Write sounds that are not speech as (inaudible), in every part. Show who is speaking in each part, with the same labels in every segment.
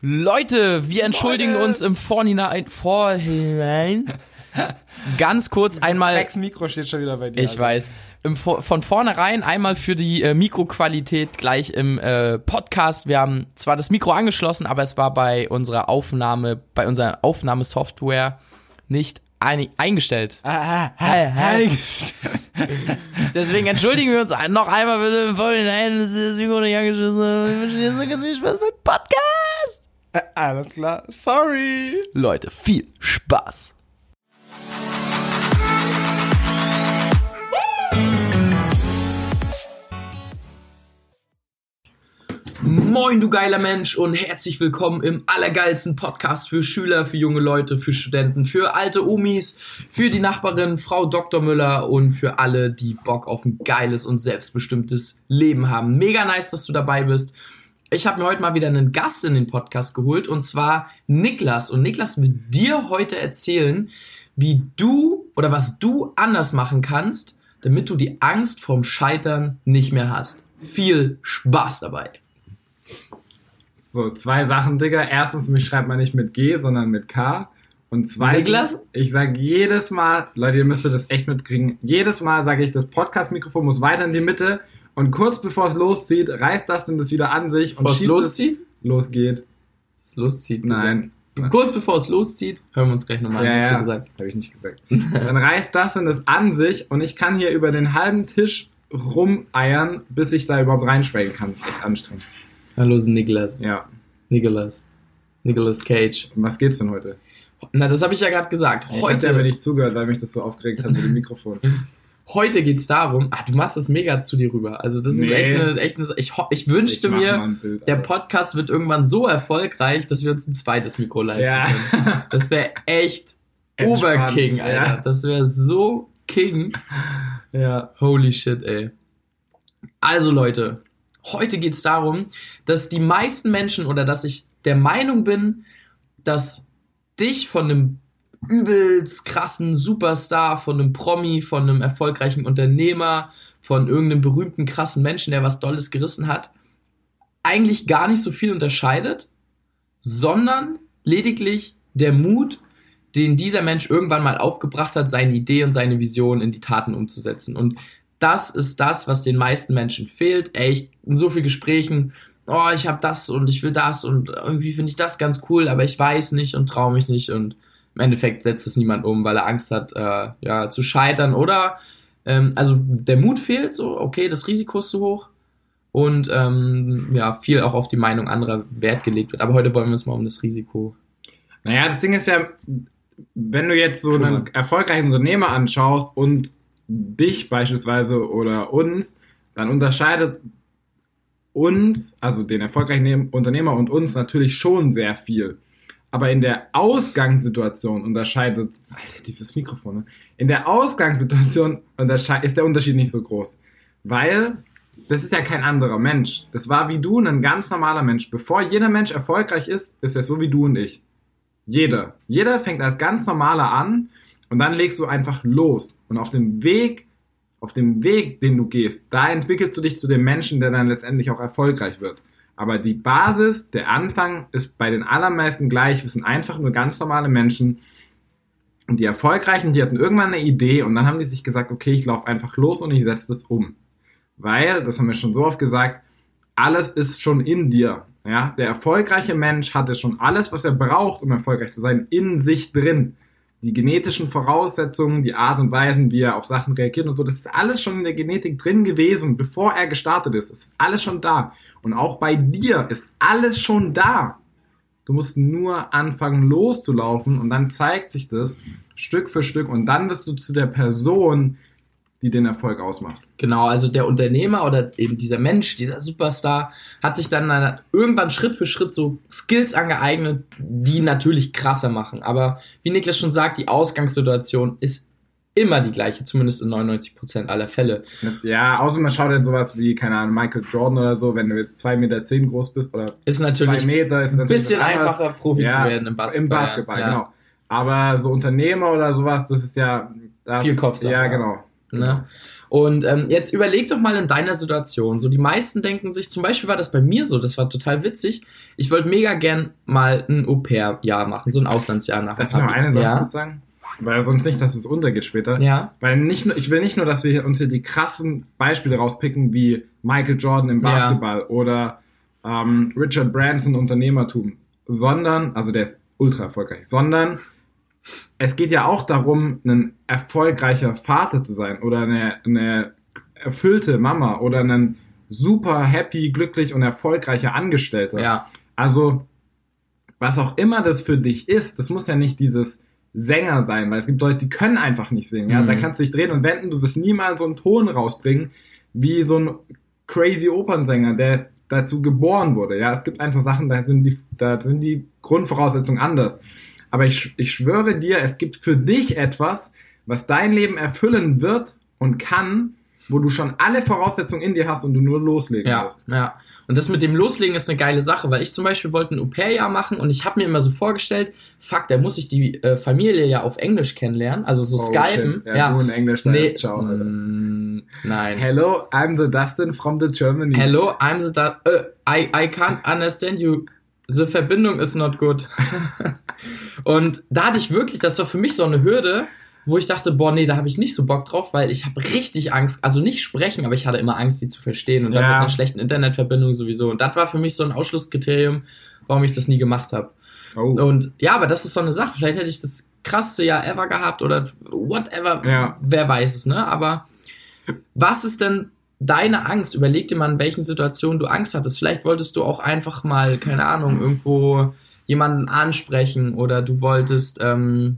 Speaker 1: Leute, wir entschuldigen uns im Vorhinein, Vorhinein ganz kurz einmal.
Speaker 2: Rex Mikro steht schon wieder bei dir.
Speaker 1: Ich weiß. Im, Vor- von vornherein einmal für die äh, Mikroqualität gleich im äh, Podcast. Wir haben zwar das Mikro angeschlossen, aber es war bei unserer Aufnahme, bei unserer Aufnahmesoftware nicht ein, eingestellt.
Speaker 2: Ah, ah, hi, hi.
Speaker 1: Deswegen entschuldigen wir uns ein- noch einmal bitte im Vorhinein, dass wir das Mikro nicht angeschlossen haben. Wir wünschen jetzt noch ganz viel Spaß beim Podcast.
Speaker 2: (laughs) Alles klar. Sorry.
Speaker 1: Leute, viel Spaß. Moin, du geiler Mensch und herzlich willkommen im allergeilsten Podcast für Schüler, für junge Leute, für Studenten, für alte Omis, für die Nachbarin Frau Dr. Müller und für alle, die Bock auf ein geiles und selbstbestimmtes Leben haben. Mega nice, dass du dabei bist. Ich habe mir heute mal wieder einen Gast in den Podcast geholt und zwar Niklas. Und Niklas wird dir heute erzählen, wie du oder was du anders machen kannst, damit du die Angst vorm Scheitern nicht mehr hast. Viel Spaß dabei.
Speaker 2: So, zwei Sachen, Digga. Erstens, mich schreibt man nicht mit G, sondern mit K. Und zweitens,
Speaker 1: Niklas?
Speaker 2: ich sage jedes Mal, Leute, ihr müsstet das echt mitkriegen, jedes Mal sage ich, das Podcast-Mikrofon muss weiter in die Mitte und kurz bevor es loszieht, reißt das denn das wieder an sich und
Speaker 1: Bevor es
Speaker 2: schiebt
Speaker 1: loszieht?
Speaker 2: es losgeht.
Speaker 1: Es loszieht.
Speaker 2: Nein.
Speaker 1: gesagt. Kurz bevor es loszieht, hören wir uns gleich nochmal an,
Speaker 2: Ja,
Speaker 1: hast du
Speaker 2: ja.
Speaker 1: gesagt.
Speaker 2: Habe ich nicht gesagt. (laughs) Dann reißt das denn das an sich und ich kann hier über den halben Tisch rumeiern, bis ich da überhaupt reinspringen kann. Das ist echt anstrengend.
Speaker 1: Hallo, Niklas.
Speaker 2: Ja.
Speaker 1: Nicholas. Nicholas Cage.
Speaker 2: Um was geht's denn heute?
Speaker 1: Na, das habe ich ja gerade gesagt.
Speaker 2: Ich hab dir aber
Speaker 1: Heute,
Speaker 2: nicht zugehört, weil mich das so aufgeregt hat mit dem Mikrofon.
Speaker 1: heute geht's darum, ah, du machst das mega zu dir rüber. Also, das ist
Speaker 2: Nee.
Speaker 1: echt eine, echt eine ich, ho- ich wünschte
Speaker 2: Ich mach
Speaker 1: mir,
Speaker 2: mal ein Bild,
Speaker 1: Der
Speaker 2: aber-
Speaker 1: Podcast wird irgendwann so erfolgreich, dass wir uns ein zweites Mikro leisten
Speaker 2: Ja. (laughs)
Speaker 1: können. Das wäre echt
Speaker 2: Entspannt,
Speaker 1: Oberking,
Speaker 2: ja.
Speaker 1: Alter. Das wäre so King.
Speaker 2: Ja.
Speaker 1: Holy shit, ey. Also Leute, heute geht's darum, dass die meisten Menschen oder dass ich der Meinung bin, dass dich von einem übelst krassen Superstar, von einem Promi, von einem erfolgreichen Unternehmer, von irgendeinem berühmten krassen Menschen, der was Dolles gerissen hat, eigentlich gar nicht so viel unterscheidet, sondern lediglich der Mut, den dieser Mensch irgendwann mal aufgebracht hat, seine Idee und seine Vision in die Taten umzusetzen. Und das ist das, was den meisten Menschen fehlt. Ey, ich, in so vielen Gesprächen, oh, ich habe das und ich will das und irgendwie finde ich das ganz cool, aber ich weiß nicht und traue mich nicht und im Endeffekt setzt es niemand um, weil er Angst hat, äh, ja, zu scheitern oder ähm, also der Mut fehlt, so okay, das Risiko ist zu hoch und ähm, ja, viel auch auf die Meinung anderer Wert gelegt wird. Aber heute wollen wir uns mal um das Risiko.
Speaker 2: Naja, das Ding ist ja, wenn du jetzt so
Speaker 1: Guck
Speaker 2: einen
Speaker 1: mal.
Speaker 2: erfolgreichen Unternehmer anschaust und dich beispielsweise oder uns, dann unterscheidet uns, also den erfolgreichen Ne- Unternehmer und uns natürlich schon sehr viel. Aber in der Ausgangssituation unterscheidet, Alter, dieses Mikrofon, ne? in der Ausgangssituation untersche- ist der Unterschied nicht so groß. Weil das ist ja kein anderer Mensch. Das war wie du ein ganz normaler Mensch. Bevor jeder Mensch erfolgreich ist, ist er so wie du und ich. Jeder. Jeder fängt als ganz normaler an und dann legst du einfach los. Und auf dem Weg, auf dem Weg, den du gehst, da entwickelst du dich zu dem Menschen, der dann letztendlich auch erfolgreich wird. Aber die Basis, der Anfang ist bei den allermeisten gleich. Wir sind einfach nur ganz normale Menschen. Und die Erfolgreichen, die hatten irgendwann eine Idee und dann haben die sich gesagt, okay, ich laufe einfach los und ich setze das um. Weil, das haben wir schon so oft gesagt, alles ist schon in dir. Ja, der erfolgreiche Mensch hatte schon alles, was er braucht, um erfolgreich zu sein, in sich drin. Die genetischen Voraussetzungen, die Art und Weisen, wie er auf Sachen reagiert und so, das ist alles schon in der Genetik drin gewesen, bevor er gestartet ist. Es ist alles schon da. Und auch bei dir ist alles schon da. Du musst nur anfangen loszulaufen und dann zeigt sich das Stück für Stück und dann wirst du zu der Person, die den Erfolg ausmacht.
Speaker 1: Genau, also der Unternehmer oder eben dieser Mensch, dieser Superstar, hat sich dann äh, irgendwann Schritt für Schritt so Skills angeeignet, die natürlich krasser machen. Aber wie Niklas schon sagt, die Ausgangssituation ist immer die gleiche, zumindest in 99% aller Fälle.
Speaker 2: Ja, außer man schaut jetzt sowas wie, keine Ahnung, Michael Jordan oder so, wenn du jetzt 2,10 Meter zehn groß bist oder
Speaker 1: Ist
Speaker 2: 2
Speaker 1: natürlich ein
Speaker 2: Meter, ist natürlich
Speaker 1: bisschen
Speaker 2: was anderes.
Speaker 1: einfacher, Profi
Speaker 2: Ja,
Speaker 1: zu werden im Basketball.
Speaker 2: Im Basketball,
Speaker 1: ja.
Speaker 2: genau. Aber so Unternehmer oder sowas, das ist ja. Das,
Speaker 1: Viel Kopfsache.
Speaker 2: Ja, genau.
Speaker 1: Ne? Und ähm, jetzt überleg doch mal in deiner Situation. So, die meisten denken sich, zum Beispiel war das bei mir so, das war total witzig. Ich wollte mega gern mal ein Au-pair-Jahr machen, so ein Auslandsjahr nach dem
Speaker 2: Darf ich noch
Speaker 1: Abi.
Speaker 2: eine Sache
Speaker 1: ja.
Speaker 2: kurz sagen? Weil sonst nicht, dass es untergeht später.
Speaker 1: ja.
Speaker 2: Weil nicht nur, ich will nicht nur, dass wir hier- uns hier die krassen Beispiele rauspicken, wie Michael Jordan im
Speaker 1: Ja.
Speaker 2: Basketball oder ähm, Richard Branson Unternehmertum, sondern, also der ist ultra erfolgreich, sondern es geht ja auch darum, ein erfolgreicher Vater zu sein oder eine, eine erfüllte Mama oder ein super happy, glücklich und erfolgreicher Angestellter.
Speaker 1: Ja.
Speaker 2: Also, was auch immer das für dich ist, das muss ja nicht dieses Sänger sein, weil es gibt Leute, die können einfach nicht singen. Ja?
Speaker 1: Mhm.
Speaker 2: Da kannst du dich drehen und wenden, du wirst niemals so einen Ton rausbringen, wie so ein crazy Opernsänger, der dazu geboren wurde. Ja, es gibt einfach Sachen, da sind die, da sind die Grundvoraussetzungen anders. Aber ich, sch- ich schwöre dir, es gibt für dich etwas, was dein Leben erfüllen wird und kann, wo du schon alle Voraussetzungen in dir hast und du nur loslegen
Speaker 1: Ja,
Speaker 2: musst.
Speaker 1: ja. Und das mit dem Loslegen ist eine geile Sache, weil ich zum Beispiel wollte ein Au-pair-Jahr machen und ich habe mir immer so vorgestellt, fuck, da muss ich die äh, Familie ja auf Englisch kennenlernen, also so
Speaker 2: Oh,
Speaker 1: skypen.
Speaker 2: shit. Ja, ja. Du in Englisch, da
Speaker 1: Nee,
Speaker 2: ist ciao. Alter.
Speaker 1: mm, nein.
Speaker 2: Hello, I'm the Dustin from the Germany.
Speaker 1: Hello, I'm the da äh, I, I can't understand you. The Verbindung is not good. und da hatte ich wirklich, das war für mich so eine Hürde, wo ich dachte, boah, nee, da habe ich nicht so Bock drauf, weil ich habe richtig Angst, also nicht sprechen, aber ich hatte immer Angst, sie zu verstehen und dann
Speaker 2: Ja.
Speaker 1: mit einer schlechten Internetverbindung sowieso. Und das war für mich so ein Ausschlusskriterium, warum ich das nie gemacht habe.
Speaker 2: Oh.
Speaker 1: Und ja, aber das ist so eine Sache. Vielleicht hätte ich das krasseste Jahr ever gehabt oder whatever.
Speaker 2: Ja.
Speaker 1: Wer weiß es, ne? Aber was ist denn deine Angst? Überleg dir mal, in welchen Situationen du Angst hattest. Vielleicht wolltest du auch einfach mal, keine Ahnung, irgendwo jemanden ansprechen oder du wolltest, ähm,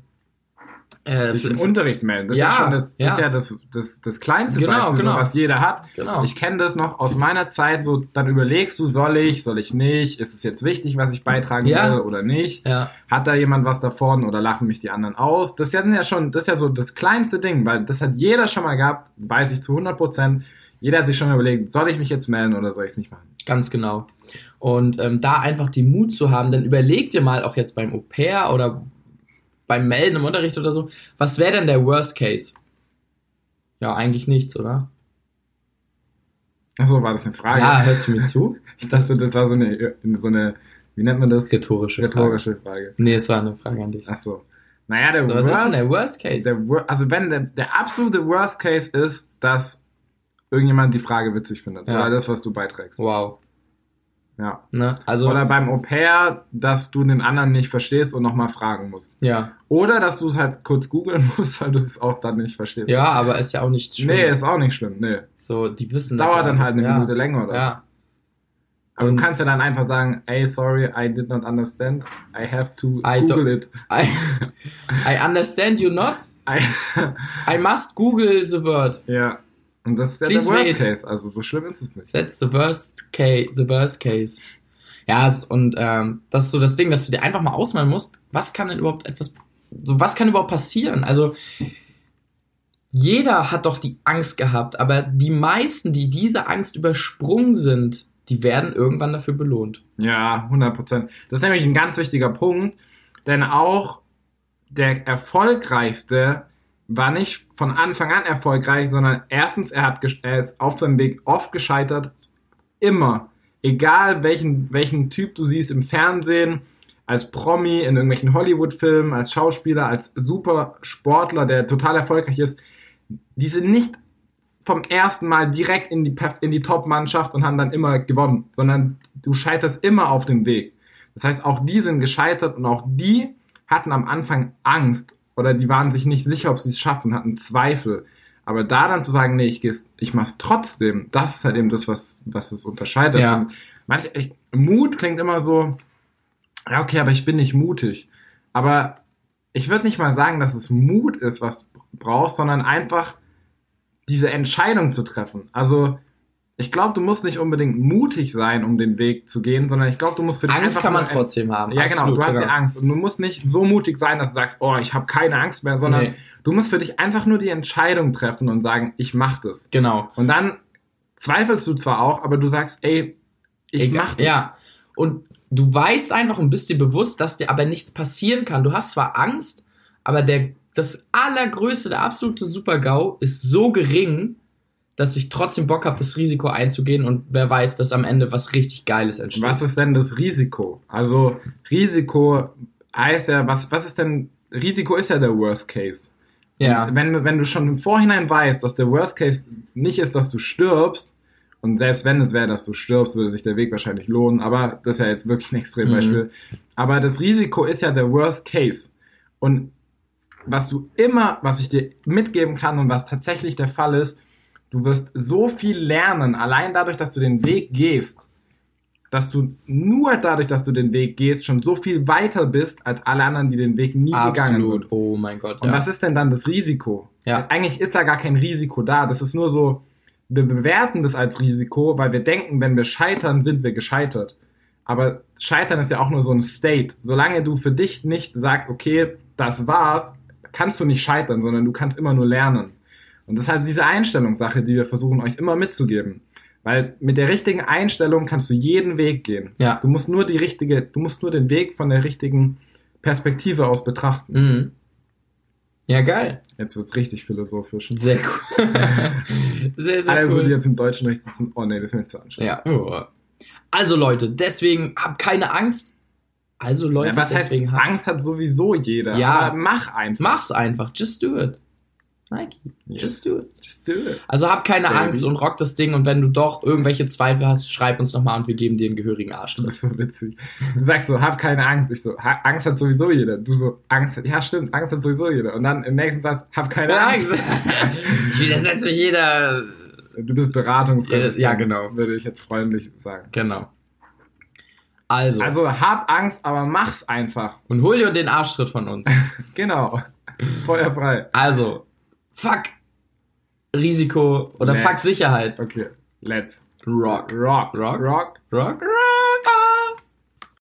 Speaker 1: äh,
Speaker 2: Dich im
Speaker 1: f-
Speaker 2: Unterricht melden. Das
Speaker 1: Ja,
Speaker 2: ist ja schon das,
Speaker 1: ja.
Speaker 2: das, ist ja das, das, das kleinste
Speaker 1: Genau,
Speaker 2: Beispiel,
Speaker 1: genau.
Speaker 2: So, was jeder hat.
Speaker 1: genau.
Speaker 2: Ich kenne das noch aus meiner Zeit, so dann überlegst du, soll ich, soll ich nicht, ist es jetzt wichtig, was ich beitragen
Speaker 1: Ja.
Speaker 2: will oder nicht?
Speaker 1: ja,
Speaker 2: Hat da jemand was davon oder lachen mich die anderen aus? Das ist ja schon, das ist ja so das kleinste Ding, weil das hat jeder schon mal gehabt, weiß ich zu 100 Prozent. Jeder hat sich schon überlegt, soll ich mich jetzt melden oder soll ich es nicht machen?
Speaker 1: ganz genau. Und ähm, da einfach den Mut zu haben, dann überleg dir mal auch jetzt beim Au pair oder beim Melden im Unterricht oder so, was wäre denn der Worst Case? Ja, eigentlich nichts, oder?
Speaker 2: Achso, war das eine Frage?
Speaker 1: Ja, hörst du mir zu?
Speaker 2: Ich dachte, das war so eine, so eine wie nennt man das?
Speaker 1: Rhetorische Frage.
Speaker 2: (laughs) Rhetorische Frage.
Speaker 1: Nee, es war eine Frage an dich.
Speaker 2: Ach so. Naja, der
Speaker 1: So, was ist denn der
Speaker 2: Worst,
Speaker 1: Worst Case?
Speaker 2: der, Wor- also wenn der, der absolute Worst Case ist, dass irgendjemand die Frage witzig findet.
Speaker 1: Ja.
Speaker 2: Oder das, was du beiträgst.
Speaker 1: Wow.
Speaker 2: Ja.
Speaker 1: Ne? Also,
Speaker 2: Oder beim Au pair, dass du den anderen nicht verstehst und nochmal fragen musst.
Speaker 1: ja.
Speaker 2: Oder dass du es halt kurz googeln (laughs) musst, weil du es auch dann nicht verstehst.
Speaker 1: Ja, aber ist ja auch nicht schlimm.
Speaker 2: Nee, ist auch nicht schlimm. Nee.
Speaker 1: so, die wissen
Speaker 2: Es dauert
Speaker 1: ja
Speaker 2: dann halt eine
Speaker 1: alles.
Speaker 2: Minute länger oder
Speaker 1: ja.
Speaker 2: so.
Speaker 1: ja.
Speaker 2: Aber
Speaker 1: Und-
Speaker 2: du kannst ja dann einfach sagen, ey, sorry, I did not understand. I have to
Speaker 1: I
Speaker 2: Google it.
Speaker 1: I, I (laughs) understand you not.
Speaker 2: I (laughs)
Speaker 1: I must Google the word.
Speaker 2: ja. Und das ist ja
Speaker 1: Please
Speaker 2: der Worst
Speaker 1: wait.
Speaker 2: Case. Also so schlimm ist es nicht.
Speaker 1: That's the worst case, the worst case. Ja, es- und ähm, das ist so das Ding, dass du dir einfach mal ausmalen musst, was kann denn überhaupt etwas, so was kann überhaupt passieren? Also jeder hat doch die Angst gehabt, aber die meisten, die diese Angst übersprungen sind, die werden irgendwann dafür belohnt.
Speaker 2: Ja, 100 Prozent. Das ist nämlich ein ganz wichtiger Punkt, denn auch der erfolgreichste war nicht von Anfang an erfolgreich, sondern erstens, er, hat, gesch- er ist auf seinem Weg oft gescheitert, immer. Egal welchen, welchen Typ du siehst im Fernsehen, als Promi, in irgendwelchen Hollywood-Filmen, als Schauspieler, als super Sportler, der total erfolgreich ist, die sind nicht vom ersten Mal direkt in die, Perf- in die Top-Mannschaft und haben dann immer gewonnen, sondern du scheiterst immer auf dem Weg. Das heißt, auch die sind gescheitert und auch die hatten am Anfang Angst oder die waren sich nicht sicher, ob sie es schaffen, hatten Zweifel. Aber da dann zu sagen, nee, ich, geh's, ich mach's trotzdem, das ist halt eben das, was, was es unterscheidet.
Speaker 1: Ja.
Speaker 2: Und Manch, ich, Mut klingt immer so, ja, okay, aber ich bin nicht mutig. Aber ich würde nicht mal sagen, dass es Mut ist, was du brauchst, sondern einfach diese Entscheidung zu treffen. Also, ich glaube, du musst nicht unbedingt mutig sein, um den Weg zu gehen, sondern ich glaube, du musst für dich
Speaker 1: Angst
Speaker 2: einfach
Speaker 1: kann man
Speaker 2: nur-
Speaker 1: trotzdem haben.
Speaker 2: Ja, genau.
Speaker 1: absolut,
Speaker 2: Du hast
Speaker 1: genau.
Speaker 2: ja Angst. Und du musst nicht so mutig sein, dass du sagst, oh, ich habe keine Angst mehr, sondern
Speaker 1: also, Nee.
Speaker 2: du musst für dich einfach nur die Entscheidung treffen und sagen, ich mach das.
Speaker 1: Genau.
Speaker 2: Und dann zweifelst du zwar auch, aber du sagst, ey, ich
Speaker 1: Egal.
Speaker 2: mach das.
Speaker 1: Ja. Und du weißt einfach und bist dir bewusst, dass dir aber nichts passieren kann. Du hast zwar Angst, aber der, das allergrößte, der absolute Super-GAU ist so gering, dass ich trotzdem Bock habe, das Risiko einzugehen und wer weiß, dass am Ende was richtig Geiles entsteht.
Speaker 2: Was ist denn das Risiko? Also Risiko heißt ja, was, was ist denn, Risiko ist ja der Worst Case.
Speaker 1: ja,
Speaker 2: Und Wenn, wenn du schon im Vorhinein weißt, dass der Worst Case nicht ist, dass du stirbst, und selbst wenn es wäre, dass du stirbst, würde sich der Weg wahrscheinlich lohnen, aber das ist ja jetzt wirklich ein
Speaker 1: Mhm.
Speaker 2: Extrembeispiel. Aber das Risiko ist ja der Worst Case. Und was du immer, was ich dir mitgeben kann und was tatsächlich der Fall ist, du wirst so viel lernen, allein dadurch, dass du den Weg gehst, dass du nur dadurch, dass du den Weg gehst, schon so viel weiter bist als alle anderen, die den Weg nie gegangen sind.
Speaker 1: absolut. Oh mein Gott,
Speaker 2: Und
Speaker 1: ja.
Speaker 2: was ist denn dann das Risiko?
Speaker 1: Ja.
Speaker 2: Eigentlich ist da gar kein Risiko da. Das ist nur so, wir bewerten das als Risiko, weil wir denken, wenn wir scheitern, sind wir gescheitert. Aber scheitern ist ja auch nur so ein State. Solange du für dich nicht sagst, okay, das war's, kannst du nicht scheitern, sondern du kannst immer nur lernen. Und deshalb diese Einstellungssache, die wir versuchen euch immer mitzugeben. Weil mit der richtigen Einstellung kannst du jeden Weg gehen.
Speaker 1: Ja.
Speaker 2: Du musst nur die richtige, du musst nur den Weg von der richtigen Perspektive aus betrachten.
Speaker 1: Mhm. Ja, geil.
Speaker 2: Jetzt wird's richtig philosophisch.
Speaker 1: Sehr cool. (laughs) sehr, sehr
Speaker 2: also,
Speaker 1: cool.
Speaker 2: die jetzt im deutschen Recht sitzen, oh nee, das ist mir jetzt zu anstrengend.
Speaker 1: Ja. Also Leute, deswegen habt keine Angst. Also Leute,
Speaker 2: Ja, was heißt,
Speaker 1: deswegen habt-
Speaker 2: Angst hat sowieso jeder.
Speaker 1: Ja.
Speaker 2: Aber mach einfach.
Speaker 1: mach's einfach. Just do it. Nike. Just do it.
Speaker 2: Just do it.
Speaker 1: Also hab keine
Speaker 2: Baby.
Speaker 1: Angst und rock das Ding und wenn du doch irgendwelche Zweifel hast, schreib uns nochmal und wir geben dir einen gehörigen Arsch.
Speaker 2: Das ist so witzig. Du sagst so, hab keine Angst. Ich so, ha Angst hat sowieso jeder. Du so, Angst hat, ja stimmt, Angst hat sowieso jeder. Und dann im nächsten Satz, hab keine Angst. (laughs)
Speaker 1: Ich widersetzt mich jeder.
Speaker 2: Du bist beratungsresistent.
Speaker 1: Ja, genau.
Speaker 2: Würde ich jetzt freundlich sagen.
Speaker 1: Genau. Also,
Speaker 2: Also, hab Angst, aber mach's einfach.
Speaker 1: und hol dir den Arschtritt von uns. (laughs)
Speaker 2: Genau. Feuerfrei.
Speaker 1: Also, fuck Risiko oder
Speaker 2: Nee.
Speaker 1: fuck Sicherheit.
Speaker 2: Okay, let's
Speaker 1: Rock.
Speaker 2: rock.
Speaker 1: Rock.
Speaker 2: Rock.
Speaker 1: Rock. Rock.